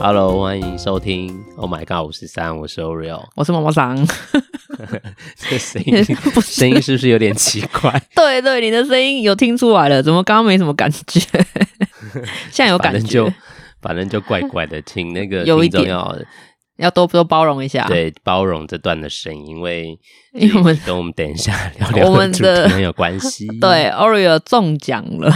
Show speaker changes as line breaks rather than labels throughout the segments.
Hello，欢迎收听 Oh My God 五十三，我是 Oreo。
我是毛毛长。
这声音
不是
声音是不是有点奇怪？
对对，你的声音有听出来了，怎么刚刚没什么感 觉？现在有
反
感
正
觉
就，反正就怪怪的，请那个
有一
听众
点啊
要
要多多包容一下。，
对包容这段的声音，因为
因为我们
跟我们等一下聊聊
我们
主
的
题很有关系。
对，Oreo 中奖 了。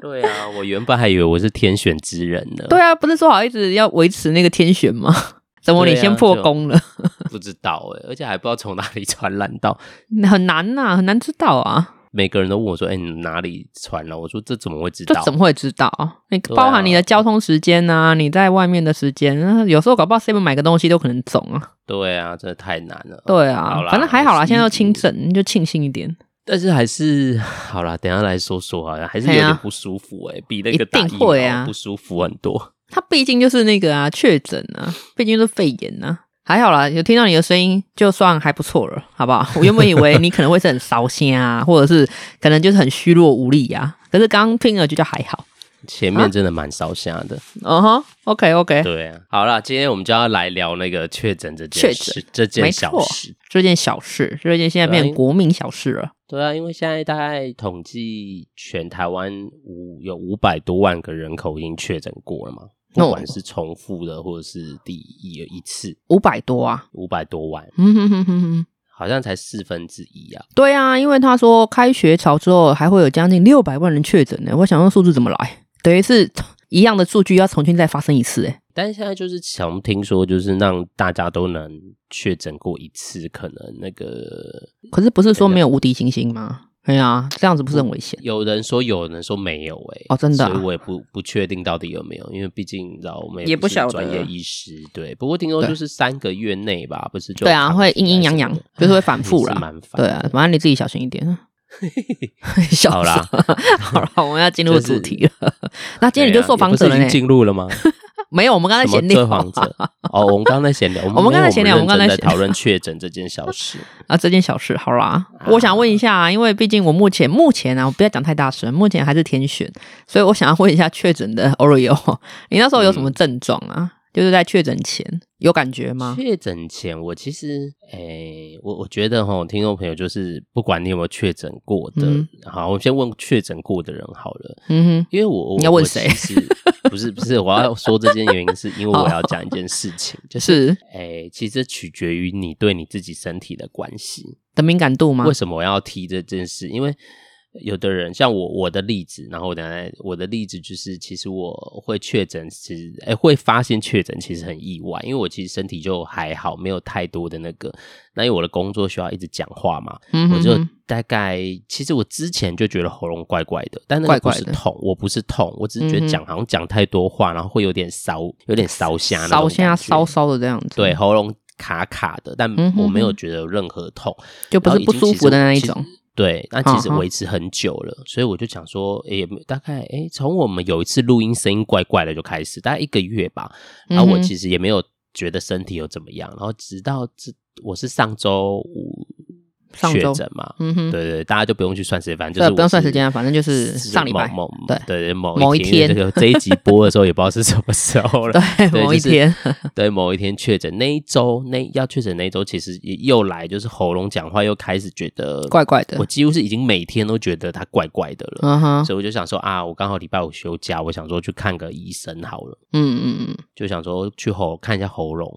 对啊，我原本还以为我是天选之人呢，
对啊，不是说好一直要维持那个天选吗？ 怎么你
对啊
先破功了？
不知道哎，而且还不知道从哪里传染到。
很难呐、很难知道啊。
每个人都问我说：“哎、你哪里传了？”我说：“这怎么会知
这
道？
怎么会知道？你
对啊
包含你的交通时间啊，你在外面的时间，啊有时候搞不好 seven 买个东西都可能中啊。
对啊，真的太难了。
对
好
啊
啦，
反正还好啦，现在都
是一
轻症，你就庆幸一点。
但是还是 好啦，等一下来说说好像还是
嘿
有
啊
点不舒服哎、比那个打
一
疫
定
苗
会啊
不舒服很多。
他毕竟就是那个啊，确诊啊，毕竟是肺炎啊。还好啦，有听到你的声音，就算还不错了，好不好？ 我原本以为你可能会是很烧心啊， 或者是可能就是很虚弱无力啊。可是刚刚听了就叫还好。
前面真的蛮烧香的，
嗯哼，OK OK，
对啊。好啦，今天我们就要来聊那个确诊这件事
确，
这件
没
小
错
事。
这件小事，这件现在变成国民小事了。
对啊，因为现在大概统计全台湾五有五百多万个人口已经确诊过了嘛，不
哦
管是重复的或者是第一一次，
五百多啊，
五百多万，
嗯哼哼哼哼，
好像才四分之一啊。
对啊，因为他说开学潮之后还会有将近六百万人确诊呢，我想用数字怎么来？等于是一样的数据要重新再发生一次，哎，
但是现在就是想听说，就是让大家都能确诊过一次，可能那个
可是不是说没有无敌星星吗？对啊，这样子
嗯
不是很危险？
有人说有，有人说没有、欸，
哦真的啊
所以我也不不确定到底有没有，因为毕竟你知道我们
也
不
不
是
晓得
专业医师，对。不过听说
对
就是三个月内吧，不是就
对啊，
康
会
复
阴阴阳
还
阳
什么，的
就是会反复
也是
啦。
蛮烦
对
的
啊，反正你自己小心一 点。笑
好啦
死了， 好啦，我们要进入主题了。 那今天你
对
就
啊
受访者
你不
了
是已
呢
经？进入了 吗？
没有，我们刚才
什么
闲聊
受访 者哦，我们刚才闲聊，
我们刚才闲聊
因为我
我
认真
们刚才
在
闲聊
讨论确诊这件小事。
啊，这件小事，好啦。我想问一下啊，因为毕竟我目前目前啊，我不要讲太大声，目前还是天选，所以我想要问一下确诊的 Oreo，你那时候有什么症状
嗯
啊？就是在确诊前有感觉吗？
确诊前，我其实，诶、我我觉得哈，听众朋友就是，不管你有没有确诊过的，
嗯
好，我先问确诊过的人好了，
嗯
因为我我
你要问谁
我其实不是不是，我要说这件原因是因为我要讲一件事 情，就
哼，
是，
是
诶、其实取决于你对你自己身体的关系。
的敏感度吗
为？什么我要提这件事？因为有的人像我，我的例子，然后我等下我的例子就是，其实我会确诊，其实哎、会发现确诊，其实很意外，因为我其实身体就还好，没有太多的那个。那因为我的工作需要一直讲话嘛，
嗯
我
哼
就
哼
大概其实我之前就觉得喉咙怪怪的，但那
怪
个不
怪
是
的
痛，我不是痛，我只是觉得
嗯哼
讲好像讲太多话，然后会有点烧，有点烧瞎那种
烧虾
感觉
烧烧的这样子，
对，，喉咙卡卡的，但
嗯哼
我没有
哼
觉得有任何痛。
就不
然后
是
已
不
经
舒
其实
服的那一
其实啊
种。
对，那其实
嗯哼
维持很久了，所以我就想说，诶也没大概诶，从我们有一次录音声音怪怪的就开始，大概一个月吧。然后我
嗯哼
其实也没有觉得身体有怎么样，然后直到这我是上周五
上
确
周
诊嘛，
嗯哼，
对对，大家就不用去算时间，反正就
对，
是
不用
我
算
是
时间啊，反正就是上礼拜，
某某
对
对某
某一
天，因为这
天
个这一集播的时候也不知道是什么时候了，
对，
对
某
就
一
是
天，
对，某一天确诊那一周，那要确诊那一周，其实也又来，就是喉咙讲话又开始觉得
怪怪的
我几乎是已经每天都觉得它怪怪的了，
嗯哼，
所以我就想说啊，我刚好礼拜五休假，我想说去看个医生好了，
嗯嗯嗯，
就想说去喉看一下喉咙。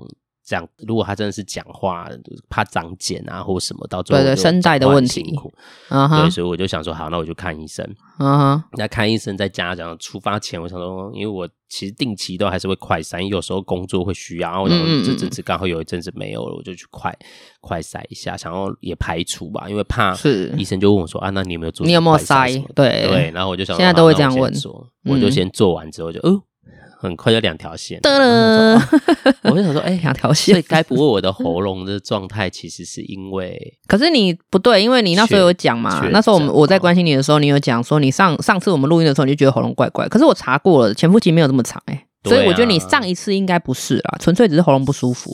这样，如果他真的是讲话怕长茧啊或什么，到最后
对对
就
声带的
讲话很
问
辛
题
苦
嗯
对，
哼，
所以我就想说，好，那我就看医生。
嗯哼，
那看医生在家讲出发前，我想说，因为我其实定期都还是会快筛，因为有时候工作会需要，然后我想
嗯
说
嗯嗯
这阵子刚好有一阵子没有了，我就去快快筛一下，想要也排除吧，因为怕
是
医生就问我说啊，那你有没有做？
你有没有
筛什
塞
么？的？
对
对，，然后我就想说
现在
好
都会
那我
这样
先
问
做我就
嗯
先做完之后就哦，很快就两条线，
噔
然后
噔，
我 就想说，哦我就想说，哎，
两条
所以
线。
该不会我的喉咙的状态其实是因为
可是你不对，因为你那时候有讲嘛
确，哦
那时候我们
确诊
我在关心你的时候，你有讲说你上上次我们录音的时候你就觉得喉咙怪怪，可是我查过了，潜伏期没有这么长哎、欸
对啊
所以我觉得你上一次应该不是啦，纯粹只是喉咙不舒服。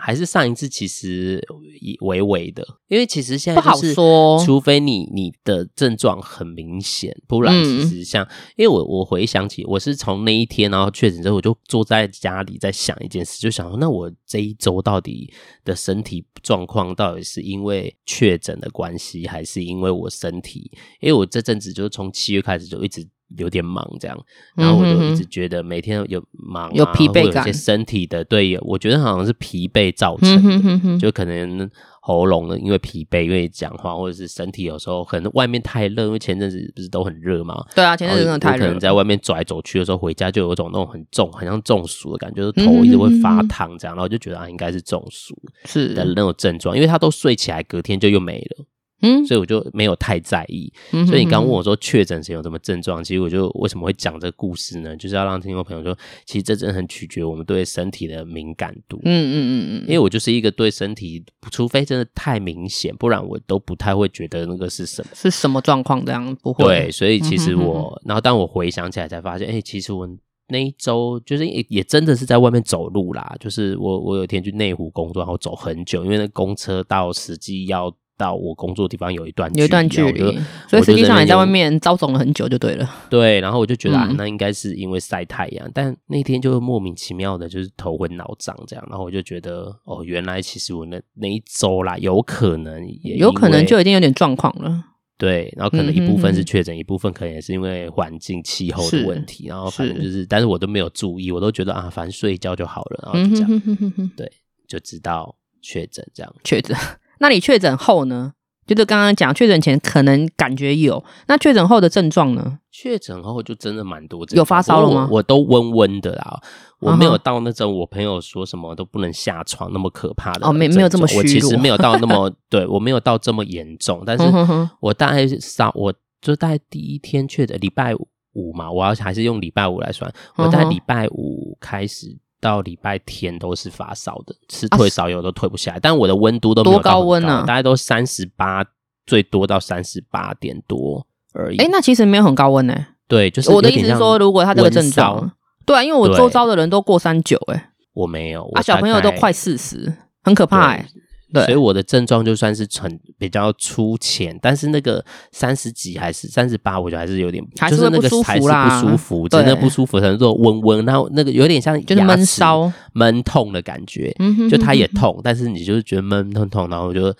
还是上一次其实也微微的，因为其实现在
不好
就是
说
除非你你的症状很明显，不然
嗯
其实像，因为我我回想起我是从那一天然后确诊之后，我就坐在家里在想一件事，就想说那我这一周到底的身体状况到底是因为确诊的关系，还是因为我身体？因为我这阵子就是从七月开始就一直。有点忙这样，然后我
嗯
就
哼哼
一直觉得每天有忙、啊，
有疲
或者
惫
有一些
感
身体的对，我觉得好像是疲惫造成
嗯
的。
哼哼哼，
就可能喉咙呢，因为疲惫，因为讲话，或者是身体有时候可能外面太热，因为前阵子不是都很热嘛，
对啊，前阵子真
然后
的太
哦有可
热
能
了，
在外面走来走去的时候，回家就有一种那种很重，很像中暑的感觉，就是头一直会发烫
嗯
这样，然后就觉得啊，应该是中暑
是
的那种症状，因为他都睡起来，隔天就又没了，
嗯，
所以我就没有太在意。
嗯哼
所以你刚
哼
问我说确诊前有什么症状，其实我就为什么会讲这个故事呢？就是要让听众朋友说，其实这真的很取决我们对身体的敏感度。
嗯嗯嗯
因
嗯，
为我就是一个对身体，除非真的太明显，不然我都不太会觉得那个是什么。
是什么状况？这样不会
对，所以其实
嗯哼
我，然后当我回想起来才发现，哎、其实我那一周就是也也真的是在外面走路啦，就是我我有一天去内湖工作，然后走很久，因为那公车到实际要到我工作地方有一段
有一段
啊
距
我就
离，所以
我就
实际上
那
你在
边
外
用
面遭总了很久就对了。
对，然后我就觉得、啊
嗯
那应该是因为晒太阳，但那天就莫名其妙的就是头昏脑胀这样，然后我就觉得哦，原来其实我那那一周啦，有可能也
有可能
因为
就已经有点状况了。
对，然后可能一部分是
嗯哼哼
确诊，一部分可能也是因为环境气候的
是
问题，然后反正
是
就是，但是我都没有注意，我都觉得啊，反正睡一觉就好了，然后
嗯
就这
哼
样、
哼哼哼哼，
就知道确诊这样。
确诊。 那你确诊后呢？就是刚刚讲确诊前可能感觉有，那确诊后的症状呢？
确诊后就真的蛮多症状，
有发烧了吗
不过我我都温温的啦，我没
嗯
有
哼
到那种我朋友说什么都不能下床那么可怕的
哦没
症状
没有这么
我其
虚
实
弱
没有到那 么对我没有到这么严重，但是
嗯哼哼
我大概是烧，我就大概第一天确诊礼拜五嘛，我要还是用礼拜五来算，我大
嗯
概
哼
礼拜五开始。到礼拜天都是发烧的，吃
啊
退
是
烧油都退不下来，但我的温度都没有
多
到
高
很
温啊
大概都三十八，最多到三十八点多而已。
哎、那其实没有很高温呢、
对，就是
我的
有
意
点
思是
像
说，如果他这个症
温烧
状，对啊，因为我
对
周遭的人都过三九，哎，
我没有，
啊，
我
小朋友
大
都
概
快四十，很可怕哎、对
所以我的症状就算是很比较粗浅，但是那个三十几还是三十八，我觉得还是有点，
还
就是是
会
那
不
个
舒服
还是
啦
不舒服，真的
对
不舒服，可能说温温，然后那个有点像
就是
牙
闷
齿
烧，
闷痛的感觉，
嗯哼
就它也
哼哼
痛，但是你就是觉得闷痛痛，然后我就。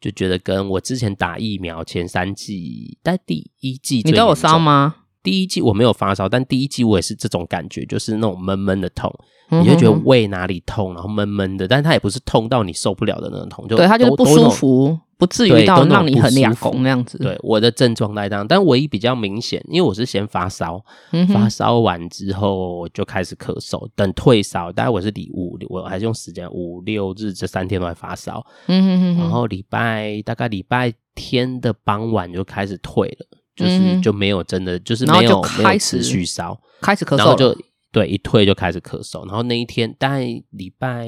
就觉得跟我之前打疫苗前三季，但第一季
你
最
都有
严
烧
重？
吗？
第一季我没有发烧，但第一季我也是这种感觉，就是那种闷闷的痛。
你
你就觉得胃哪里痛，然后闷闷的，但是它也不是痛到你受不了的那种痛，就
对他就是
都
不舒。服，不至于
对
到
都那
让
种
你
不
很
舒
两
服
公那样子。
都那种对，我的症状在这样，但唯一比较明显，因为我是先发烧，
嗯
发
哼，
烧完之后我就开始咳嗽，等退烧，大概我是礼五，我还是用时间五六日这三天都在发烧，
嗯哼哼哼，
然后礼拜大概礼拜天的傍晚就开始退了，就
嗯
是
哼
就没有真的就是
然后
没有
就开
没有持
始
续烧，
开始咳
然后
嗽
就
了，
对一退就开始咳嗽，然后那一天大概礼拜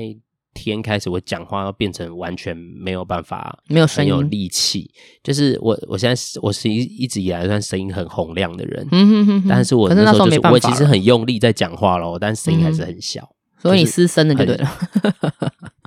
天开始，我讲话要变成完全没有办法，
没有声
很有
音。
力气，就是我我现在是我是一一直以来算声音很洪亮的人，
嗯哼哼哼，
但是我
可是那
时候
没
就是
办
我
法
其
了，嗯
实很用力在讲话咯，但声音还是很小。
所以你
就是
私生的就对了。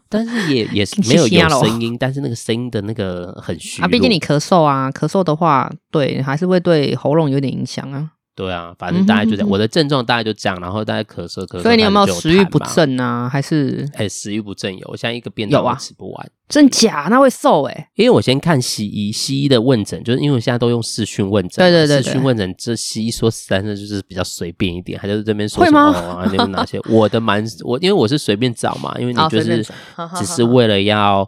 但是 也也是
你是
没有
瞎
有
咯
声音，但是那个声音的那个很虚弱。
啊，毕竟你咳嗽啊，咳嗽的话，对，还是会对喉咙有点影响啊。
对啊，反正大概就这
嗯哼
样。
哼
我的症状大概就这样，然后大概咳嗽咳嗽。
所以你有没有
但是就
食欲
痰
不
嘛？
振啊？还是
哎，食欲不振有，我现在一个便
有
当
啊
都吃不完。
真假？那会瘦哎、
因为我先看西医，西医的问诊就是因为我现在都用视讯问诊嘛，
对对对对
视讯问诊这西医说实在是就是比较随便一点，他就这边说
会
什么
吗
哦啊那边哪些，我的蛮我因为我是随便找嘛，因为你
哦
就
随便
是
找好好
只是为了要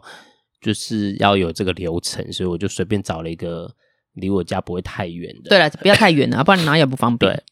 就是要有这个流程，所以我就随便找了一个离我家不会太远的
对了，不要太远了，不然哪也不方便。
对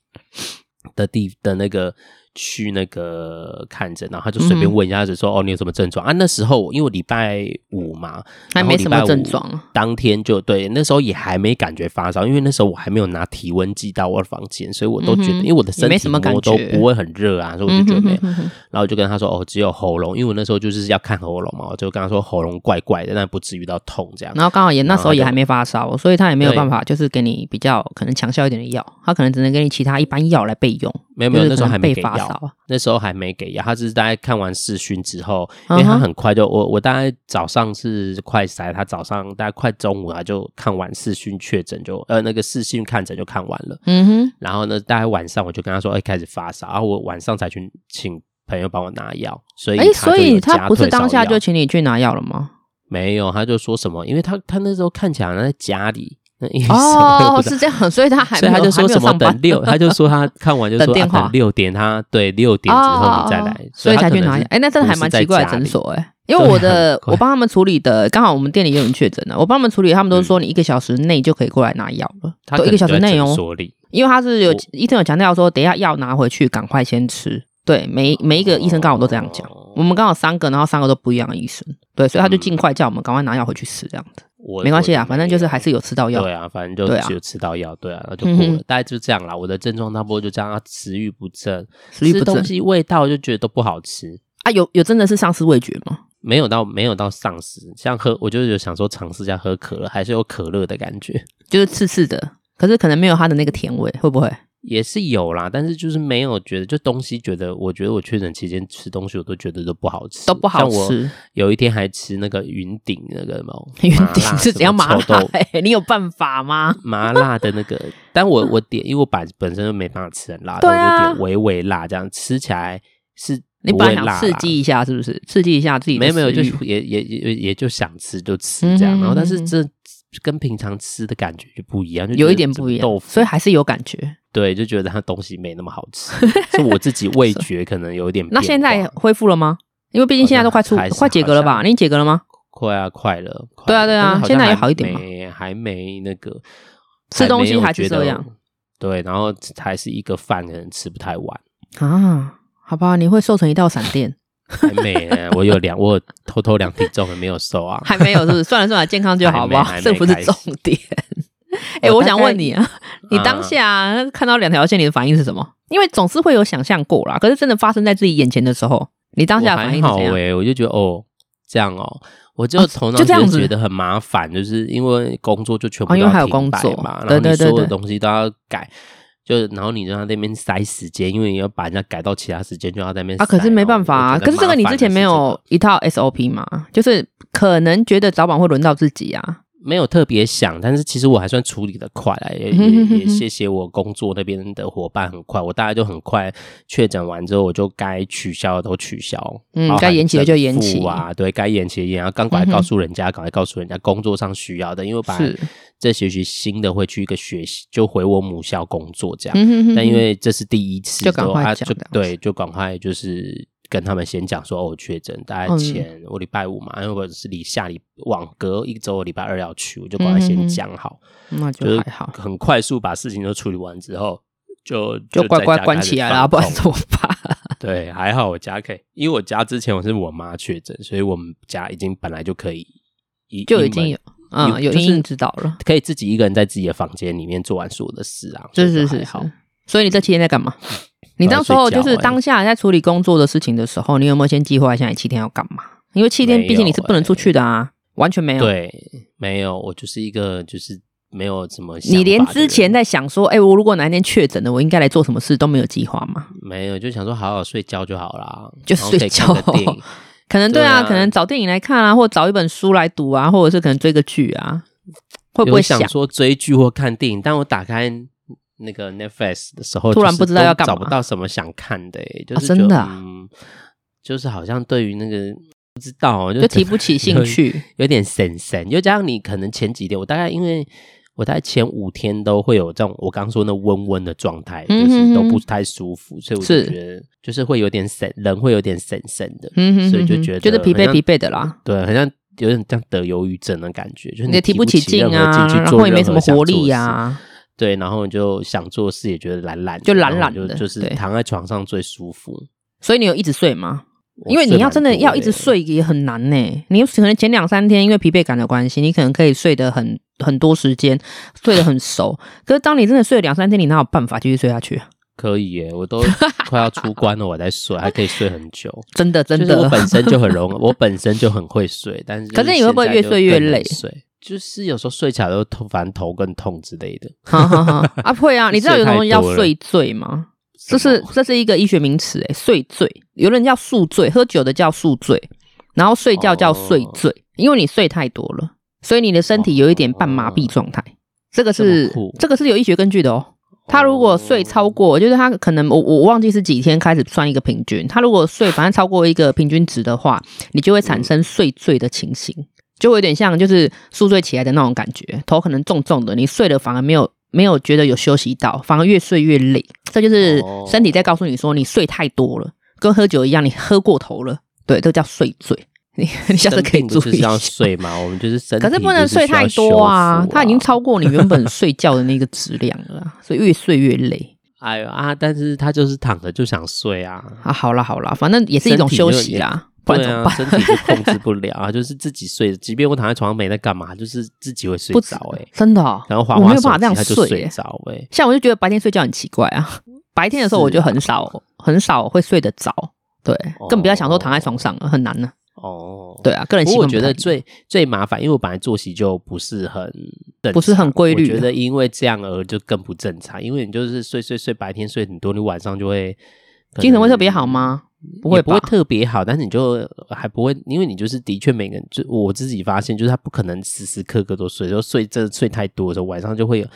的地的那个去那个看诊，然后他就随便
嗯哼
问一下，就说、哦你有什么症状啊？那时候因为我礼拜五嘛，
还
然后
没
礼
什么
拜五
症状啊
当天就对，那时候也还没感觉发烧，因为那时候我还没有拿体温计到我的房间，所以我都觉得，
嗯哼
因为我的身
也没
体
什么感
我
觉
都不会很热啊，所以我就
嗯
觉得
哼
没有。
哼哼哼，
然后我就跟他说，哦，只有喉咙，因为我那时候就是要看喉咙嘛，我就跟他说喉咙怪怪的，但不至于到痛这样。
然后刚好也那
然
时
后
候也
就
还没发烧，所以他也没有
对
办法，就是给你比较可能强效一点的药，他可能只能给你其他一般药来备用。
没有没有，
就是
那时候
可能
还没
被
给
发
药，药
少啊？
那时候还没给药，他只是大概看完视讯之后，
嗯
因为他很快就我我大概早上是快筛，他早上大概快中午他就看完视讯确诊就呃那个视讯看诊就看完了，
嗯哼，
然后呢大概晚上我就跟他说，哎、开始发烧，然后我晚上才去请朋友帮我拿药，所以
哎，所以
他就有
他
加
不是
退烧
当下
药
就请你去拿药了吗？
没有，他就说什么，因为他他那时候看起来好像在家里，那医生我
哦
也不，知道
是这样，所以他还
所以他
没有
就说
还没有
什么
上班
等 六，他就说他看完就说
等电话
啊、等六点，他对六点之后你再来，
哦哦哦所以
他
才
可
去
能
拿
是
药。哎，那真的还蛮奇怪的
不是在家里
诊所哎，因为我
对
的
很快
我帮他们处理的，刚好我们店里也有人确诊了，我帮他们处理，他们都说你一个小时内就可以过来拿药了，
嗯他
都一个小时内
哦
哦，，因为他是有
我
医生有强调说，等一下药拿回去赶快先吃。对，每每一个医生刚好都这样讲嗯
哦，
我们刚好三个，然后三个都不一样的医生，对，所以他就
嗯
尽快叫我们赶快拿药回去吃，这样子
我
没关系啊，
我
反正就是
没有
还是有吃到药。
对啊，反正就
对啊
就吃到药，对啊，然后就过
嗯
了
哼，
大概就这样啦。我的症状差不多就这样，啊食欲不振，
食欲不
吃
振
东西味道就觉得都不好吃。
啊，有有真的是丧失味觉吗？
没有到没有到丧失，像喝，我就是有想说尝试一下喝可乐，还是有可乐的感觉，
就是刺刺的，可是可能没有它的那个甜味，会不会？
也是有啦，但是就是没有觉得，就东西觉得，我觉得我确诊期间吃东西我都觉得都不好吃，
都不好
像我
吃。
有一天还吃那个云顶那个嘛，
云
麻
顶
辣
是怎样
什
麻
么臭
辣
豆、
欸？你有办法吗？
麻辣的那个，但我我点，因为我本本身就没办法吃很辣，
对啊
但我就点微微辣，这样吃起来是
你
不
本
会
来
辣
想
啦
刺激一下，是不是？刺激一下自己的
没有没有，就
食欲
是也也也也就想吃就吃这样，
嗯哼
然后但
嗯
是
哼
这跟平常吃的感觉就不一样，就觉得
有一点不一
怎么豆
样，
腐
所以还是有感觉。
对，就觉得它东西没那么好 吃，是我自己味觉可能有一点变
那
化。
现在恢复了吗？因为毕竟现在都快出
好像还是
快解隔了
好
吧？
像
你解隔了吗？
快啊快了，快
对啊对啊
但是
现在有
像
好一点吗
还没还没那个
吃东西
没有
还是
觉得
这样，
对，然后还是一个饭可能吃不太完，
啊，好吧，你会瘦成一道闪电，
还 没呢、我有量，我有偷偷量体重，没有瘦啊。
还没有是 不是？算了算了，健康就好，好不
还
好？
没
这不是
还没
重
开始
点。哎，
我
我
大
想
概嗯
问你啊，你当下、看到两条线，你的反应是什么？因为总是会有想象过啦，可是真的发生在自己眼前的时候，你当下
我
的反
还
应是
好
怎样？
哎、我就觉得哦，这样哦，我就头脑
就这样
就
子
觉得很麻烦，就是因为工作就全部
哦
都
因为还有
要停摆
工作
嘛，然
对
后你
对对
所有的
对
东西都要改。就然后你就在那边塞时间，因为你要把人家改到其他时间，就要在那边塞
啊，可是没办法
然后
啊，
我就觉
可
得
是这个你之前没
麻烦
有
的是
一套 SOP 嘛？就是可能觉得早晚会轮到自己啊。
这个没有特别想，但是其实我还算处理的快啦，也
嗯哼
也
哼
也
哼
谢谢我工作那边的伙伴很快，我大概就很快确诊完之后，我就该取消的都取消，
嗯
包含
该延期的就延
正
期
负啊，对该延期的延，然后赶快
嗯哼
告诉人家，赶快告诉人家工作上需要的，因为我本来
是，
这学期新的会去一个学习，就回我母校工作这样。
嗯哼哼
但因
哼
为这是第一次，
就赶快
啊
讲
就
这样子
对，就赶快就是跟他们先讲说，哦，我确诊，大概
嗯
前、我礼拜五嘛，因为我是礼下礼往隔一周，我礼拜二要去，我就赶快
嗯哼
先
哼
讲好，
那
就
就是还好，
很快速把事情都处理完之后，就
就乖
在
乖
家
关
开始
起来
放
啦，不然
纵
怎么办？
对，还好我家可以，因为我家之前我是我妈确诊，所以我们家已经本来就可以一
就已
一门
经有嗯有
就是
阴影知道了，
可以自己一个人在自己的房间里面做完所有的事啊，
是
所以
是
就还
是是
好。。
所以你这期间在干 嘛？你那时候
睡觉
就是
欸
当下在处理工作的事情的时候，你有没有先计划一下你七天要干嘛？因为七天
没有
毕竟你是不能出去的啊，完全没有。
对，没有，我就是一个就是没有怎么想
你连
法的
之前
人
在想说，哎、我如果哪一天确诊了，我应该来做什么事都没有计划嘛？
没有，就想说好好睡觉就好啦，
就
然后可以
睡
看个
觉
电影
可能对啊，
对啊
可能找电影来看啊，或者找一本书来读啊，或者是可能追个剧啊， 会不会
有想说追剧或看电影？但我打开那个 Netflix 的时候，
突然
就是
不知道要
都
干嘛
找不到什么想看的、欸，就
啊
是、
真的啊
嗯，就是好像对于那个不知道哦，就
就提不起兴趣？
有点神神，又加上你可能前几天，我大概因为我大概前五天都会有这种我刚说那温温的状态，就
嗯
是都
哼哼
不太舒服，所以我就是觉得就是会有点神，人会有点神神的，
嗯哼哼哼
所以就觉得
觉得疲
好
惫
像
疲惫的啦。
对，啊好像有点像得忧郁症的感觉，就是
你也提
不
不起
劲
劲啊，
进去
然
做
后也没
任
什
何
么
想
活
做
力啊
的
呀、
事对，然后就想做事也觉得懒懒的，
就懒
然后
懒的
就就是
对
躺在床上最舒服。
所以你有一直睡吗？
我
因为
睡
你要
蛮
真的
多
要一直
耶，
睡也很难呢、你有可能前两三天因为疲惫感的关系，你可能可以睡得很很多时间，睡得很 熟。可是当你真的睡了两三天，你哪有办法继续睡下去啊？
可以耶，我都快要出关了，我在睡，还可以睡很久。
真的真
就是我
的，
本身就很容，我本身就很会睡，但是就
可是你会不会
现在
越
就
睡越
更能
累
睡就是有时候睡起来都头，反正头更痛之类的。
啊哈哈哈啊会啊！你知道有种东西叫睡醉吗？
什
这
么
是这是一个医学名词， 哎，睡醉，有人叫宿醉，喝酒的叫宿醉，然后睡觉叫睡
哦
醉，因为你睡太多了，所以你的身体有一点半麻痹状态。这个是
这么酷哦
这个是有医学根据的哦。他如果睡超过，就是他可能我我忘记是几天开始算一个平均，他如果睡反正超过一个平均值的话，你就会产
嗯
生睡醉的情形，就会有点像就是宿醉起来的那种感觉，头可能重重的，你睡了反而没有没有觉得有休息到，反而越睡越累，这就是
哦
身体在告诉你说你睡太多了，跟喝酒一样，你喝过头了，对，这叫睡醉。 你你 下次
生
可以
病
注
不
意
就是
一
要
下。
睡嘛，我们就是身体
可
就是是
不能睡
需要
太
修
多
复
啊
啊，，
它已经超过你原本睡觉的那个质量了啊， 所以越睡越累
哎呦啊！但是他就是躺着就想睡啊，
啊。好啦好啦，反正也是一种休息啦，不然
对
怎么
啊，
办？
身体就控制不了啊， 就是自己睡。即便我躺在床上没在干嘛，就是自己会睡
不
着哎、
真的哦、
然后滑
我没
滑
有
手
办法
机
这样
他就
睡、
睡
欸。
着哎、
像我就觉得白天睡觉很奇怪 啊，白天的时候我
是啊
就很少、很少会睡得着，对，更不要想说躺在
哦
床上了，很难呢、
哦，
对啊，个人
不
习
过我
惯不
觉
太一
得
样
最最麻烦，因为我本来作息就不是很正
不是很规律
我觉得因为这样而就更不正常，因为你就是睡睡睡，白天睡很多，你晚上就会可
精神会
能
特别好吗？不
也
会
不
吧
会？特别好，但是你就还不会，因为你就是的确每个人，就我自己发现，就是他不可能时时刻刻都睡，就睡这睡太多的时候，晚上就会有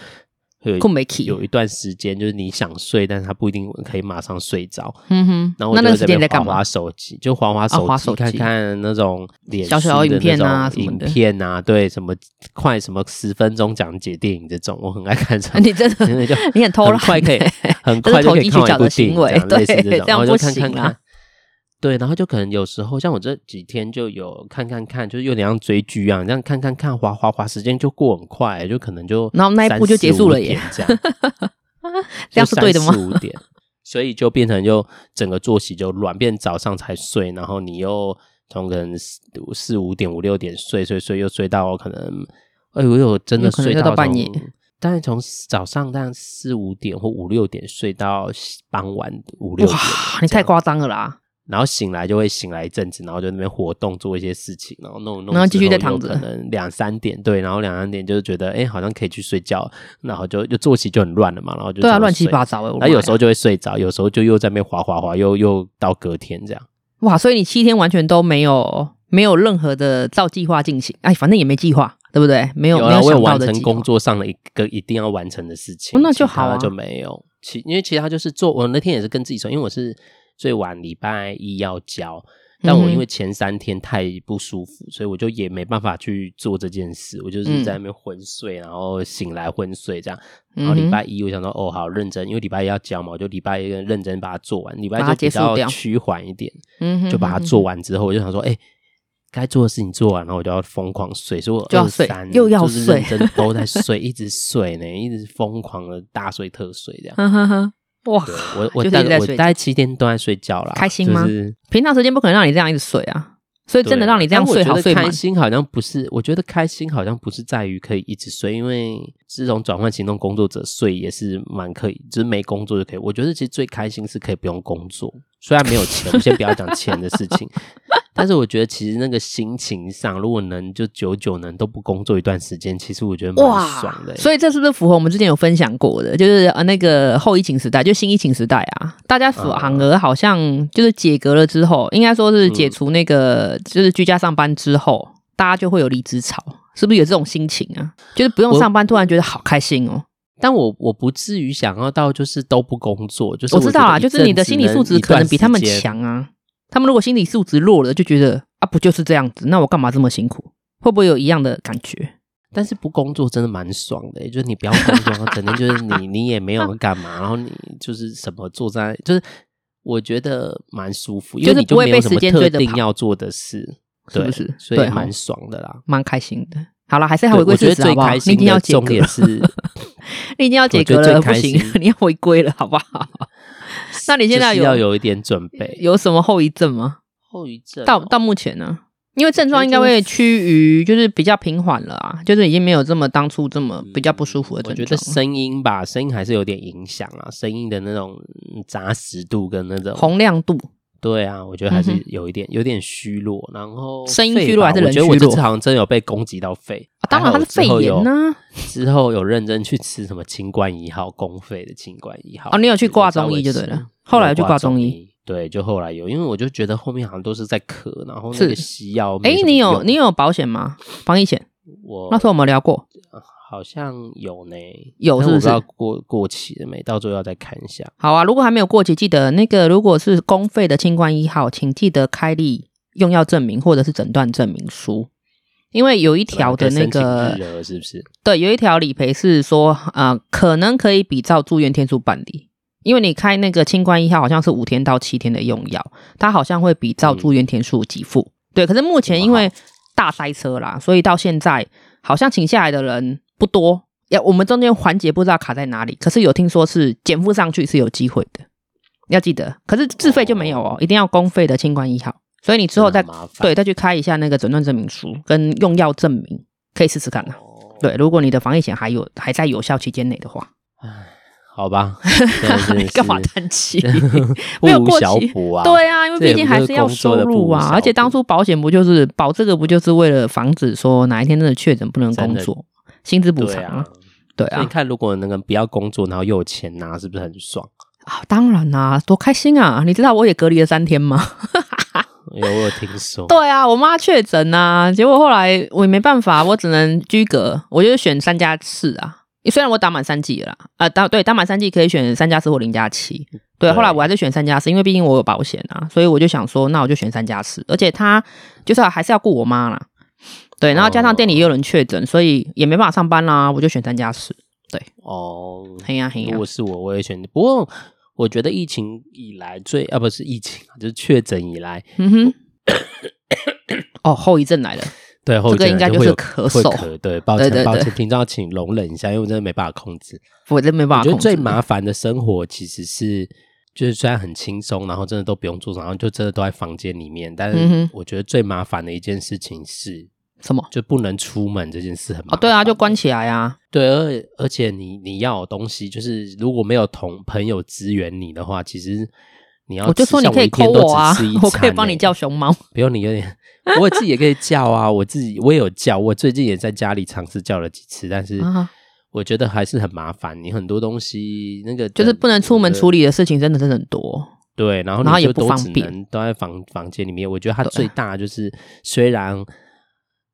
会有
困没起，
有一段时间，就是你想睡，但是他不一定可以马上睡着。
嗯哼，
然后我就
那那个
会
时
这
间
边
你在干
滑
嘛
滑？手机，就滑滑手
啊滑手机
看看那种脸
小
书
小的
的
影片啊
那种
什么
影
的
片啊，对，什么快什么十分钟讲解电影这种，我很爱看这种。
你真 的
因为就
你很偷懒
很快 可以
欸，
很
这
快
是
就
投
可以
机
看
取
完一
巧
部
的
电影，这样
行为，
类似
对，
种，然
这
后
样
就
不
看看
行啊
看。。对，然后就可能有时候像我这几天就有看看看，就是有点像追剧一啊样，这样看看看，滑滑滑，时间就过很快，就可能就
然后那一
三
部就结
四
束
五
了耶
点这样
这样是对的吗
就三四五点，所以就变成就整个作息就乱，变早上才睡，然后你又从可能四四五点五六点睡睡睡，又睡到可能，哎，我有真的
有可能
睡
睡到
从
半夜。
但是从早上但四五点或五六点睡到傍晚五六点，
你太夸张了啦！
然后醒来就会醒来一阵子，然后就在那边活动做一些事情，然后弄弄，
然后继续再躺着
可能两三点对，然后两三点就是觉得哎、诶好像可以去睡觉，然后就就作息就很乱了嘛，然后就
对
常
啊，
常
乱七
睡
八糟哎。我
然后有
妈
时
呀
候就会睡着，有时候就又在那边滑滑滑，又又到隔天这样。
哇，所以你七天完全都没有没有任何的照计划进行，哎，反正也没计划，对不对？没有没
啦我有
想到
完
的
成
计划
工。作上的一个一定要完成的事情，
哦那
其
就好啊
他就没有。其因为其他就是做，我那天也是跟自己说，因为我是最晚礼拜一要交，但我
嗯哼
因为前三天太不舒服，所以我就也没办法去做这件事，我就是
嗯
在那边昏睡，然后醒来昏睡这样。然
嗯
后
哼
礼拜一我想说，哦，好认真，因为礼拜一要交嘛，我就礼拜一认真把它做完，礼拜
把
就
它
比
结束
较
掉
趋缓一点。
嗯哼
就把它
哼
做完之后，我就想说，哎、该做的事情做完，然后我就要疯狂睡，所以我
就要睡
23
又要
就是
睡
认 真都在睡，一直睡呢，一直疯狂的大睡特睡这样。
哼哼哼，哇
对，我我
嗯就是
大
一直在
概我
睡
大概七天都在睡觉啦，
开心吗
就是
平常时间不可能让你这样一直睡啊，所以真的
对哎
让你这样
但我
睡
觉
好
得
睡满
开，心好像不是，我觉得开心好像不是在于可以一直睡，因为这种转换行动工作者睡也是蛮可以，就是没工作就可以。我觉得其实最开心是可以不用工作，虽然没有钱，我们先不要讲钱的事情， 但是我觉得其实那个心情上，如果能就久久能都不工作一段时间，其实我觉得蛮爽的、欸。
所以这是不是符合我们之前有分享过的，就是呃那个后疫情时代，就新疫情时代啊，大家反
嗯
而好像就是解隔了之后，应该说是解
嗯
除那个就是居家上班之后，大家就会有离职潮，是不是有这种心情啊？就是不用
我
上班，突然觉得好开心哦。
但我我不至于想要到就是都不工作，就是
我
我
知道啊，
觉
就
得一
是你
阵
的
子
心理素质
一
可能
段
比他们
时间
强啊。他们如果心理素质弱了，就觉得啊，不就是这样子？那我干嘛这么辛苦？会不会有一样的感觉？
但是不工作真的蛮爽的、欸就是你不要工作，然后整天就是 你你也没有干嘛，然后你就是什么坐在，就是我觉得蛮舒服，因为
就是
你就
不会
没有
被
什
时
么
间
特
追着
定
跑
要做的事，
是不
对
是
所以
对
蛮
哦
爽的啦。
蛮开心的。好了，还是
对
要回归
我觉得
事实好
最
不好
开？
你已
心
经要
的
解
重
隔
点
了，
是
你已经要解隔
我觉
了，
得最
不
开
行
心，
你要回归了，好 不好？那你现在
就是
有
要有一点准 备，
有什么后遗症吗？
后遗症
到
哦
到目前呢，因为症状应该会趋于就是比较平缓了啊，就是已经没有这么当初这么比较不舒服的
嗯我
症
觉
状
得
了。
声音吧，声音还是有点影响啊，声音的那种嗯杂实度跟那种
洪亮度
对啊，我觉得还
嗯
是
哼
有一点有点虚弱，然后
声音
肺
虚弱
吧
还是
我
人
觉得我
虚
这
弱
次好像真有被攻击到肺，
啊当然
还好
它是肺
我之后
炎
有
呐、
之后有认真去吃什么清冠一号公费的清冠一号
哦你有
就
去
是
挂
稍
中医
微
就对
吃
了后来
有
去挂
挂
中医
医，对，就后来有，因为我就觉得后面好像都是在咳，然后那个
是
西药没
诶，
什么
你有
用
你有保险吗？防疫险？
我
那时候我们聊过，
好像有呢，
有
但
是不
我知
是
道过过期了没？到最后要再看一下。
好啊，如果还没有过期，记得那个如果是公费的清冠一号，请记得开立用药证明或者是诊断证明书，因为有一条的那
可能跟申请
个
日额啊是不 是？
对，有一条理赔是说，呃，可能可以比照住院天数办理，因为你开那个清冠一号好像是五天到七天的用药，它好像会比照住院天数给付。对，可是目前因为大塞车啦，所以到现在好像请下来的人不多。要我们中间环节不知道卡在哪里，可是有听说是减负上去是有机会的，要记得。可是自费就没有哦，一定要公费的清冠一号，所以你之后再
那很麻烦
对再去开一下那个诊断证明书跟用药证明，可以试试看啊。
哦
对，如果你的防疫险还有还在有效期间内的话，
好吧，真的 真的
你
是
干嘛 叹气？没有
不
过
无小
期
补啊？
对啊，因为
这也不
毕竟还
是
是要
工作
收
的不
入
无
啊，
小
而且当
补
初保险不就是保这个不就是为了防止说哪一天真的确诊不能
真
工
的
作，薪资补
对
偿
啊
啊？。对
所以
啊
你，看，如果能够不要工作，然后又有钱拿，是不是很爽？
啊当然啦、多开心啊！你知道我也隔离了三天吗？
有我有听说，
对啊，我妈确诊啊，结果后来我也没办法，我只能居隔，我就选三加四啊。虽然我打满三剂了啦，啊、打对打满三剂可以选三加四或零加七。对，
对
后来我还是选三加四，因为毕竟我有保险啊，所以我就想说，那我就选三加四。而且他就是还是要顾我妈啦，对，然后加上
哦
店里也有人确诊，所以也没办法上班啦，我就选三加四。
哦，
嘿呀嘿呀
如，果是我，我也选。不过我觉得疫情以来最啊，不是疫情，就是确诊以来，
嗯哼， 哦，后遗症来了，
对后
这个
面
应该
就
就
会
是
有
咳
会
嗽，
咳。对，抱
对
歉
对
抱
对
歉，听众请容忍一下，因为我真的没办法控制。
我真没办
我
法
觉
控
得
制。
最麻烦的生活其实是，就是虽然很轻松，然后真的都不用做什么，然后就真的都在房间里面。但
嗯
是
哼
我觉得最麻烦的一件事情是，
什么？
就不能出门这件事很麻
哦，
烦。
对啊，就关起来啊。
对，而而且你你要有东西，就是如果没有同朋友支援你的话，其实你要
我就
吃
说你
像
可以
一天
抠
都
我啊
只吃一，
我可以
餐
帮你
欸
叫熊猫。
不用你有点， 我自己也可以叫啊，我自己我也有叫，我最近也在家里尝试叫了几次，但是
啊
我觉得还是很麻烦。你很多东西那个
就是不能出门处
理，
理的事情，真的真的很多。
对，然后
然后
你
也
就
不
都
方
只
便
能都在房房间里面。我觉得它
对
最大的就是虽然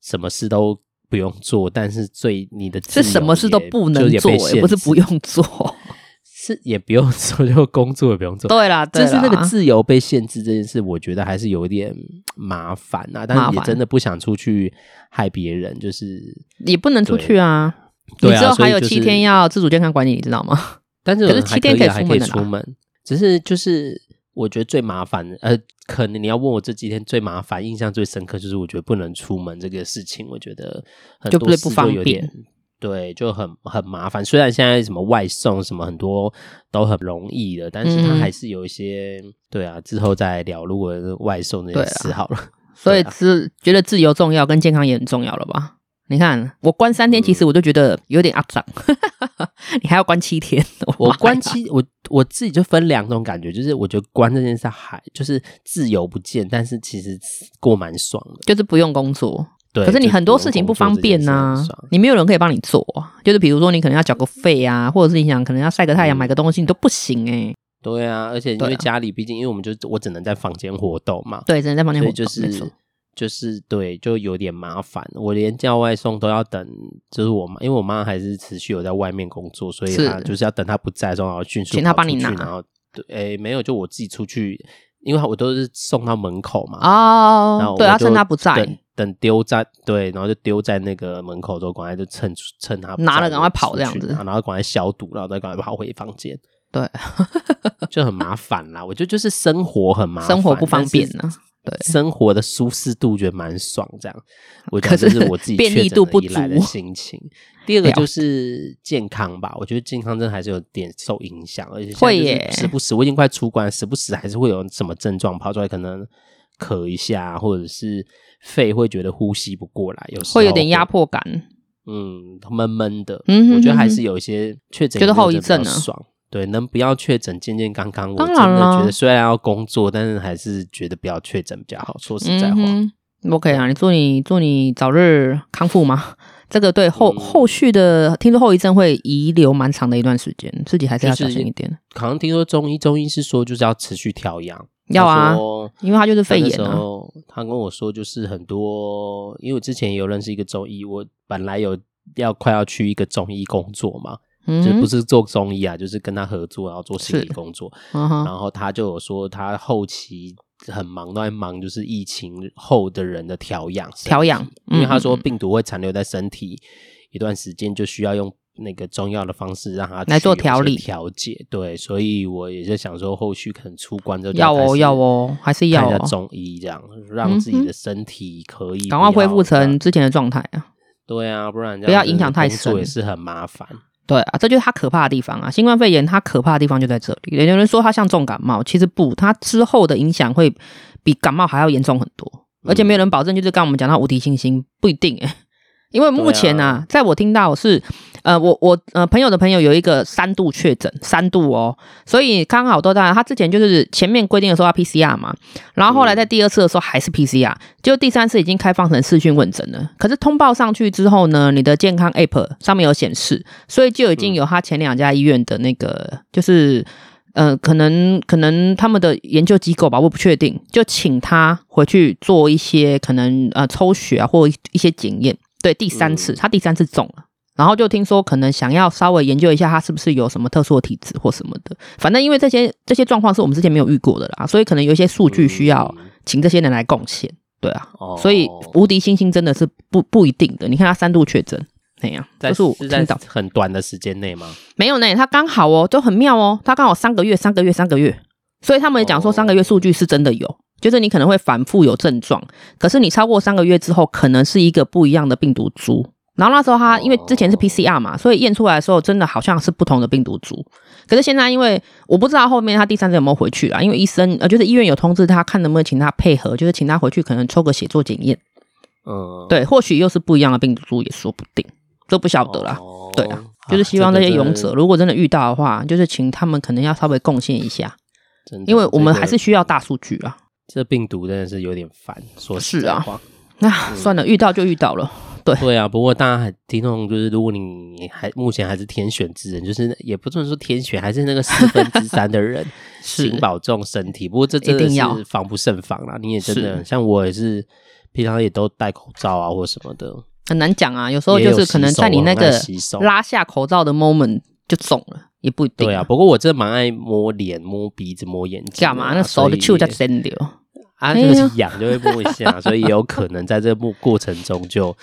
什么事都。不用做，但是最你的
是
自
什
由
么事都
也
不
就
能
也
做、
被
欸，
限
不是
制
不用 做。
是也不用 做，就工作也不用做。
对啦，对
就
啦，
是那个自由被限制这件事，我觉得还是有一点麻烦啊。但
麻
是也
烦
真的不想出去害别人，就是
也不能出去啊。
对
你之
啊，
后
所以
还有
就是
七天，要自主健康管理，你知道吗？
但是
可是
还
七天
可以啊
可以
还可
出
以
门的啦
出门，只是就是我觉得最麻烦的，呃，可能你要问我这几天最麻烦、印象最深刻，就是我觉得不能出门这个事情，我觉得很
就
多
不
事
不
都
方
有
便
点。对，啊就很很麻烦。虽然现在什么外送什么很多都很容易的，但是它
嗯
还是有一些、对啊。之后再聊，如果是外送这件
对啊
事好了。
所以
对啊
自、觉得自由重要，跟健康也很重要了吧？你看，我关三天，
嗯
其实我就觉得有点阿脏。 你还要关七天，
我
我
关期，我我自己就分两种感觉，就是我觉得关这件事还就是自由不见，但是其实过蛮爽的。
就是不用工作，
对，
可是你
就
很多事情不
不用
方
工作这件
便
事
呐、
很爽
你没有人可以帮你做啊、就是比如说你可能要缴个费啊，或者是你想可能要晒个太阳、
嗯
买个东西，你都不行哎、
对啊，而且因
对
为
啊
家里毕竟，因为我们就我只能在房间活动嘛，
对，只能在房间
所
活
以
动，
就是
没错。
就是对，就有点麻烦。我连叫外送都要等，就是我妈，因为我妈还是持续有在外面工作，所以
是
她就是要等她不在的时候，然后迅速
请她
跑
帮你
出去
拿
然后对，诶，没有，就我自己出去，因为我都是送到门口嘛，然后
哦，对，
我
要
就
趁他不在
等，等丢在对，然后就丢在那个门口之后，赶快就趁趁他不
拿
在
了
我
赶快跑
出
这样
去
子
拿然后赶快消毒，然后再赶快跑回房间，
对，
就很麻烦啦。我觉得就是生活很麻烦，
生活不方便
呢、
啊呢、对，
生活的舒适度觉得蛮爽，这样，我觉
可
得这
是
是我自己
便利
确诊
度
了
不
以来的
足
心情。第二个
了解
就是健康吧，我觉得健康真的还是有点受影响，而且现在
会
就是
耶
时不时我已经快出关了，时不时还是会有什么症状跑出来，可能咳一下，或者是肺会觉得呼吸不过来，有时候
会有点压，迫感。
嗯，闷闷的。
嗯哼
我觉得还
哼哼
是有一些确诊
就是
以后
后
真
遗
的比较
症啊
爽。对，能不要确诊健健康康，我
当
真
然
的
啦
觉得虽然要工作，但是还是觉得不要确诊比较好。说实在话，
嗯哼、，OK 啊，你祝你祝你早日康复嘛。这个对后、
嗯
后续的，听说后遗症会遗留蛮长的一段时间，自己还是要
就
小
是
心一点，
好像听说中医，中医是说就是要持续调养，
要啊
他说
因为它就是肺
他那
炎
时
啊。
候他跟我说，就是很多，因为我之前也有认识一个中医，我本来有要快要去一个中医工作嘛，
嗯
就
哼，
不是做中医啊，就是跟他合作，然后做心理
是
工作。
嗯哼，
然后他就有说，他后期很忙，都在忙就是疫情后的人的调养身体，
调养
因为他
嗯
说
嗯嗯
病毒会残留在身体一段时间，就需要用那个中药的方式让它
来做
去有一些
调理
调节。对，所以我也在想说，后续可能出关之后就
要
开
哦
始
要哦，还是要
看一下
哦，嗯
中医这样，让自己的身体可以
赶快
不
恢
要
复成之前的状态啊。
对啊，不然这
不要
样
影响
子
太
工作
深
也是很麻烦。
对啊，这就是它可怕的地方啊！新冠肺炎它可怕的地方就在这里。有人说它像重感冒，其实不，它之后的影响会比感冒还要严重很多，而且没有人保证，就是刚刚我们讲到无敌星星不一定诶、欸因为目前啊，在我听到是，呃，我我呃朋友的朋友有一个三度确诊，三度哦，所以刚好都在他之前就是前面规定的时候要 PCR 嘛，然后后来在第二次的时候还是 PCR，就第三次已经开放成视讯问诊了。可是通报上去之后呢，你的健康 App 上面有显示，所以就已经有他前两家医院的那个就是。呃，可能可能他们的研究机构吧，我不确定，就请他回去做一些可能呃抽血啊，或一些检验。对，第三次、
嗯
他第三次中了，然后就听说可能想要稍微研究一下他是不是有什么特殊的体质或什么的。反正因为这些这些状况是我们之前没有遇过的啦，所以可能有一些数据需要
嗯
请这些人来贡献。对啊，
哦，
所以无敌星星真的是不不一定的。你看他三度确诊，哎呀、
在
这是我
是在
听到
很短的时间内吗？
没有呢，他刚好哦，都很妙哦，他刚好三个月，三个月，三个月，所以他们也讲说
哦
三个月数据是真的有，就是你可能会反复有症状，可是你超过三个月之后，可能是一个不一样的病毒株。然后那时候他
哦
因为之前是 PCR 嘛，所以验出来的时候真的好像是不同的病毒株。可是现在因为我不知道后面他第三次有没有回去啦，因为医生呃就是医院有通知他看能不能请他配合，就是请他回去可能抽个血做检验，
嗯，
对，或许又是不一样的病毒株也说不定，这不晓
哦，
得啦。对啊就是
啊
希望
这
这
个
些
真的
勇者，如果真的遇到的话，就是请他们可能要稍微贡献一下，
真的
因为我们
这个
还是需要大数据啊。
这病毒真的是有点烦，说实
是
在
啊
话。
那、
嗯
算了，遇到就遇到了。
对啊，不过大家还听众就是，如果你还目前还是天选之人，就是也不能说天选，还是那个四分之三的人，
是
请保重身体。不过这真
一
的
定要
是防不胜防啦，你也真的
是
像我也是，平常也都戴口罩啊或什么的，
很难讲啊，有时候
也
就
有
是
洗
可能
手
在你
啊
那
很爱
个
洗手
拉下口罩的 moment 就中了，也不一定、
对啊，，不过我真的蛮爱摸脸、摸鼻子、摸眼睛的啦。
干嘛？那
啊
手
所
的
以
就叫真流。
啊，
哎
就
呀
是痒就会摸一下，所以也有可能在这过过程中就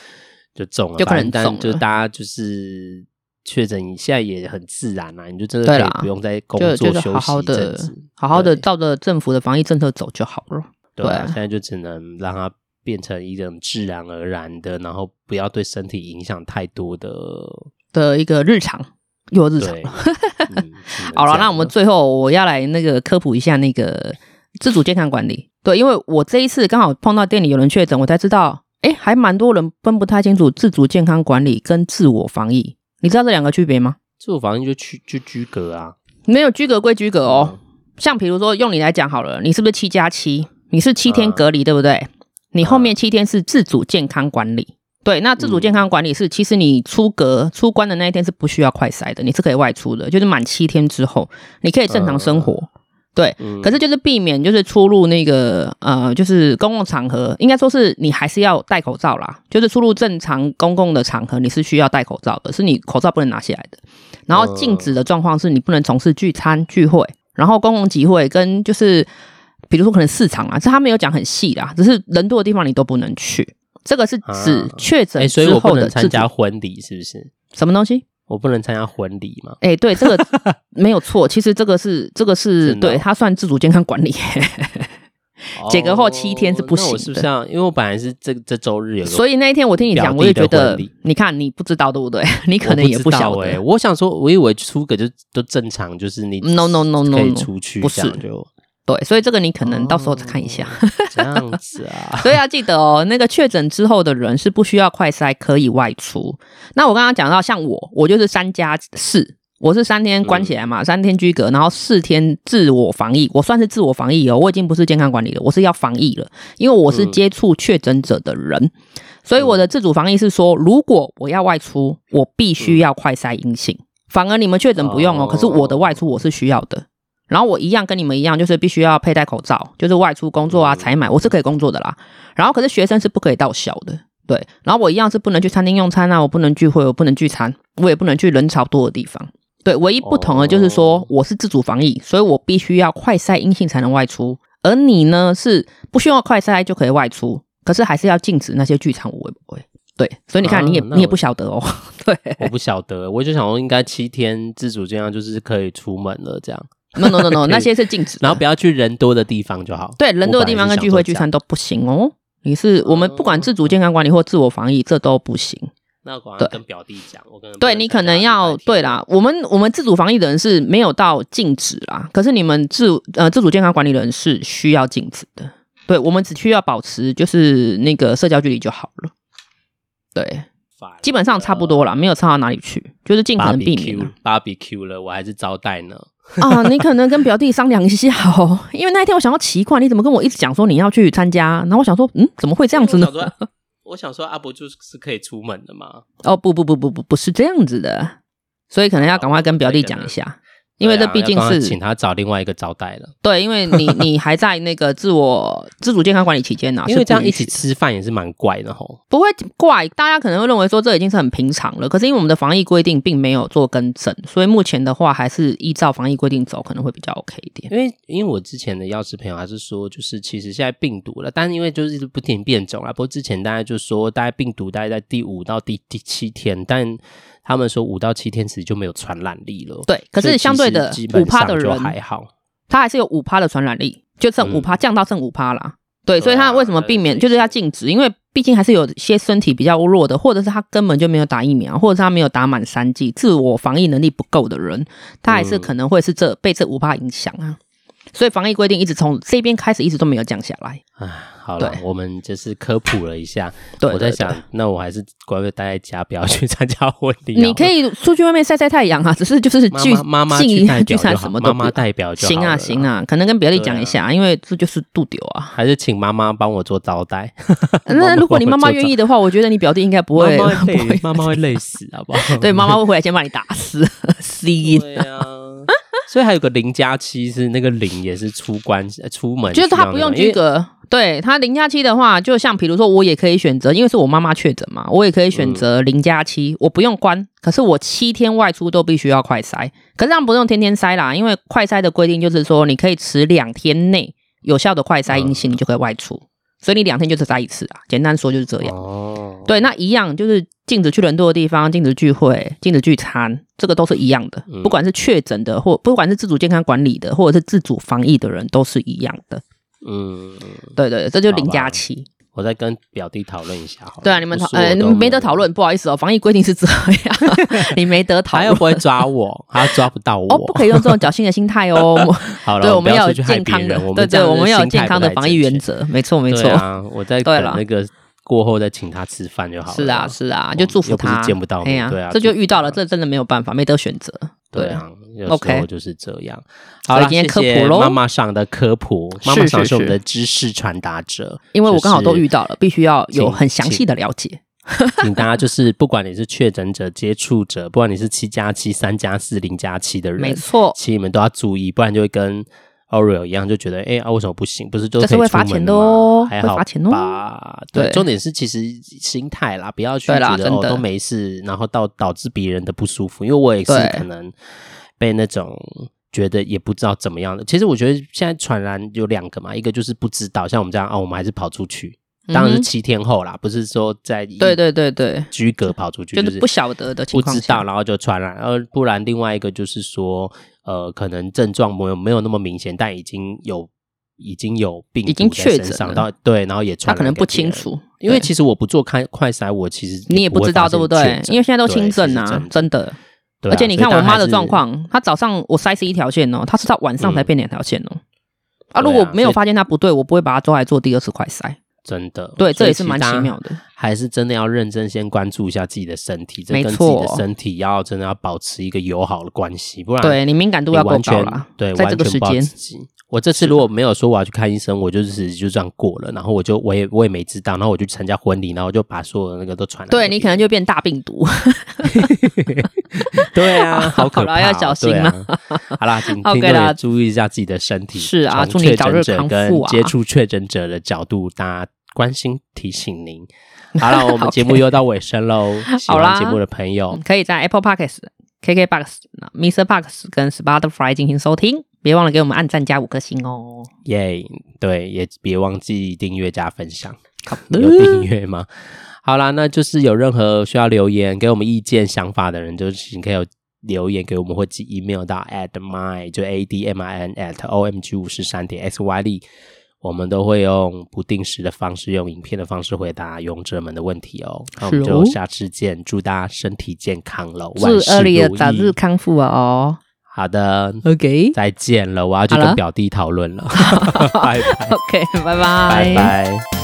就中了，
就可能
反正
中了
但就大家就是确诊，现在也很自然啦、你就真的
对
可
啦
以不用再工
就
作
就是
休
好
息
好
一阵
的
子，
好好的
对
照着政府的防疫政策走就好了。
对啊，现
对
在就只能让它变成一种自然而然的，然后不要对身体影响太多的
的一个日常又有日常
对， 嗯、
好了，那我们
最
最后我要来那个科普一下那个自主健康管理。对，因为我这一次刚好碰到店里有人确诊，我才知道，哎，还蛮多人分不太清楚自主健康管理跟自我防疫。你知道这两个区别吗？
自我防疫就去就居隔啊，
没有居隔归居隔
嗯
哦。像比如说用你来讲好了，你是不是七加七？你是七天
嗯
隔离，对不对？你后面七天是自主健康管理。对，那自主健康管理是，其实你出
嗯
格出关的那一天是不需要快筛的，你是可以外出的，就是满七天之后，你可以正常生活。对，
嗯，
可是就是避免就是出入那个呃，就是公共场合，应该说是你还是要戴口罩啦。就是出入正常公共的场合，你是需要戴口罩的，是你口罩不能拿下来的。然后禁止的状况是你不能从事聚餐聚会，然后公共集会跟就是比如说可能市场啊，这他没有讲很细啦，只是人多的地方你都不能去。这个是指
啊
确诊
哎，所以
之
我
后
不
的
能
自
参
主、
加婚礼，是不是？
什么东西？
我不能参加婚礼嘛？
哎、对，这个没有错。其实这个是这个是
真的哦
对，它算自主健康管理。解隔后七天是不
哦那我
行
是不
的
是要？因为我本来是这这周日有个，
所以那一天我听你
表
讲，
弟
我也觉
的
得
婚礼，
你看你不知道对不对？ 你
我
可能也
不知
晓
道
得。
欸我想说，我以为出个就都正常，就是你
No, no, no, no,
可以
no，
出去，
不是
这样就
对，所以这个你可能到时候再看一下。
哦这样子啊。
所以要记得哦，那个确诊之后的人是不需要快筛，可以外出。那我刚刚讲到，像我，我就是三加四，我是三天关起来嘛，三天居隔，然后四天自我防疫，我算是自我防疫哦，我已经不是健康管理了，我是要防疫了，因为我是
嗯
接触确诊者的人，所以我的自主防疫是说，如果我要外出，我必须要快筛阴性。反而你们确诊不用哦，
哦
可是我的外出我是需要的。然后我一样跟你们一样，就是必须要佩戴口罩，就是外出工作啊、
嗯
采买，我是可以工作的啦。然后可是学生是不可以到校的，对。然后我一样是不能去餐厅用餐啊，我不能聚会，我不能聚餐，我也不能去人潮多的地方。对，唯一不同的就是说
哦，
我是自主防疫，所以我必须要快筛阴性才能外出，而你呢是不需要快筛就可以外出，可是还是要禁止那些剧场舞会不会？对，所以你看，
啊
你也、
那
你也
我
不晓得哦， 对。
我不晓 得，我就想说应该七天自主健康就是可以出门了这样，
no no no no，
以
那些是禁止的。
然后不要去人多的地方就好。
对人多的地方跟聚会聚餐都不行哦。你是我们不管自主健
哦
康管理或自我防疫，这都不行。
那我赶快
对
跟表弟讲，我跟
对你可能要对啦，，我们我们自主防疫的人是没有到禁止啦，可是你们自呃自主健康管理的人是需要禁止的。对我们只需要保持就是那个社交距离就好了。对，基本上差不多啦，没有差到哪里去，就是尽可能避免啊。
barbecue 了，我还是招待呢。
啊，你可能跟表弟商量一下哦，因为那一天我想要奇怪，你怎么跟我一直讲说你要去参加，然后我想说，嗯，怎么会这样子呢
我？想说，我想说阿伯就是可以出门的嘛，
哦，不不不不不，不是这样子的，所以可能要赶快跟表弟讲一下，因为这
哦对啊
毕竟
要赶快请
是
他找另外一个招待了，
对，因为你你还在那个自我自主健康管理期间啊 呢、是
因为这样
不允
一
许
起吃饭也是蛮怪的吼。
不会怪大家可能会认为说这已经是很平常了，可是因为我们的防疫规定并没有做更正，所以目前的话还是依照防疫规定走，可能会比较 OK 一点。
因为因为我之前的药师朋友还是说，就是其实现在病毒了，但是因为就是一直不停变种啊。不过之前大家就说，大概病毒大概在第五到第第七天，但他们说五到七天其实就没有传染力了。
对，可
所以
是
其
相对
实
的
基本
五趴的
上就
人
还好，
它还是有五趴的传染力，就剩五趴、降到剩五趴啦。
嗯
对，
对啊
所以它为什么避免
那
就
就是
是要禁止？因为毕竟还是有些身体比较弱的，或者是他根本就没有打疫苗，或者是他没有打满三剂，自我防疫能力不够的人，他还是
嗯
可能会是这被这五趴影响啊。所以防疫规定一直从这边开始一直都没有降下来。
唉，好了
对，
我们就是科普了一下。
对，
我在
对对
想，那我还是乖乖待在家，不要去参加婚礼啊好了。
你可以出去外面晒晒太阳啊， 只是就是
妈
聚
妈妈妈
敬
去
一
代
下聚
表就
餐
好
什么都
妈
不
妈代表就好
行
了
啊
啦
行，啊，可能跟表弟
对啊
讲一下，因为这就是度丢啊。
还是请妈妈帮我做招 待。
那如果你妈妈
帮我做
愿意的话，我觉得你表弟应该不
招
会
待，妈妈
不
会累
会，
妈妈会累死，好不好？
对，妈妈会回来先把你打死。C，
对啊， 所以还有个零加七是那个零也是出关呃出门需
就
要
是
那个，
他不用居
因为。
隔。对他零加七的话，就像比如说，我也可以选择，因为是我妈妈确诊嘛，我也可以
嗯
选择零加七，我不用关，可是我七天外出都必须要快筛。可是这样不用天天筛啦，因为快筛的规定就是说，你可以持两天内有效的快筛阴
嗯
性，你就可以外出。所以你两天就只筛一次啊，简单说就是这样。
哦，
对，那一样就是禁止去人多的地方，禁止聚会，禁止聚餐，这个都是一样的。
嗯
不管是确诊的，或不管是自主健康管理的，或者是自主防疫的人，都是一样的。
嗯，
对对，对这就
好吧
零加七。
我再跟表弟讨论一下好了。
对啊，你们讨
不是我
呃，你
都
们没得讨。论，不好意思哦，防疫规定是这样， 你没得
他
讨论
又。不会抓我，他又抓不到我。
哦，不可以用这种侥幸的心态哦。
好了，
对，我
我
们
不
要
要
有
出去害
健
别
康的
人。，我
对
们这
对，
样
我们
的
要有
心态
健康的
不太
防疫原
正确。
则，没错没
对
错。
啊，我在
对
等
啦
那个过后再请他吃饭就好了。
是啊是啊，就祝福
又不是
他。
见不到
哎
面
呀
对啊
这就
祝福
遇到了，
他
这真的没有办法，没得选择。
对啊，有时
OK
候就是这样。
所以
好啦，
今天科普
谢谢
咯
妈妈上的科普，妈妈
是
上
是
是我们
是
的知识传达者，
因为我
就
刚好都
是
遇到了，必须要有
请
很详细的了解。
请大家就是，不管你是确诊者、接触者，不管你是七加七、三加四、零加七的
没
人，
错，
其实你们都要注意，不然就会跟 Oreo 一样，就觉得哎、啊为什么不行？不是都可
这是
以
会
出
罚
门
钱的
吗
哦
还
会
好
罚钱哦
吧对，
对
重点是其实心态啦，不要去
对
觉
啦
得哦
真的
都没事，然后到导致别人的不舒服，因为我也是
对
可能被那种。觉得也不知道怎么样的，其实我觉得现在传染有两个嘛，一个就是不知道，像我们这样啊，我们还是跑出去，当然
嗯
是
哼
七天后啦，不是说在
对对对对，
居隔跑出去，
就是是不晓得的情
不
况
知
下
道，然后就传染，而不然另外一个就是说，呃，可能症状没有没有那么明显，但已经有已经有病毒
已经
在
确
身
诊
上
了
到对，然后也传
他
染
可能
给
不
别
清
人。
楚，
因为
对
其实我不做开快筛，我其实
你也不
会
知道
发现
对不
确
对？
诊
因为现在都
对
轻
这
症
是
啊，
真
真的。
对啊
而且你看
所以
我
大家
妈
还
的
是嗯
状况，她早上我塞是一条线哦，她是到晚上才变两条线哦。啊，
对啊
如果没有
所以
发现她不对，我不会把她抓来做第二次快筛。
真的，
对，
所
这
以
也是蛮
其他
奇妙的。
还是真的要认真先关注一下自己的身体，这
没
跟自己的
错
身体要真的要保持一个友好的关系，不然
对你敏感度
啊你
要够
完
高
全
啦，
对，
在这个
完全不知
时
道
间
自，己我这次如果没有说我要去看医生，我就是就这样过了，然后我就我也我也没知道，然后我去参加婚礼，然后就把所有的那个都传染给
对
别人。
你可能就变大病毒。
对 啊，好可
好
怕、
啦
哦，
要小心
对
啦
啊。好啦，请
OK
听众
啦
也注意一下自己的身体。
是啊
从
祝你
确
早
诊
日
者
康
跟
复啊
接触确诊者的角度，大家关心提醒 您。好了，我们
OK
节目又到尾声喽。喜
好啦嗯
欢节目的朋友，
可以在 Apple Podcasts、KKBox、Mr. Box 跟 Spotify 进行收听，别忘了给我们按赞加五颗星哦。
耶、对，也别忘记订阅加分享。
好的
有订阅吗？好啦，那就是有任何需要留言给我们意见、想法的人，就是你可以有留言给我们，或寄 email 到 at my 就 a d m i n at o m g 五十三点 s y d，我们都会用不定时的方式，用影片的方式回答勇者们的问题哦。那我们
是哦
就下次见，祝大家身体健康喽，万
祝
事
二力的
如
早日
意。
康复哦。
好的，
OK
再见了，我要去
好了
跟表弟讨论了，拜拜，
OK，拜
拜
拜。
拜。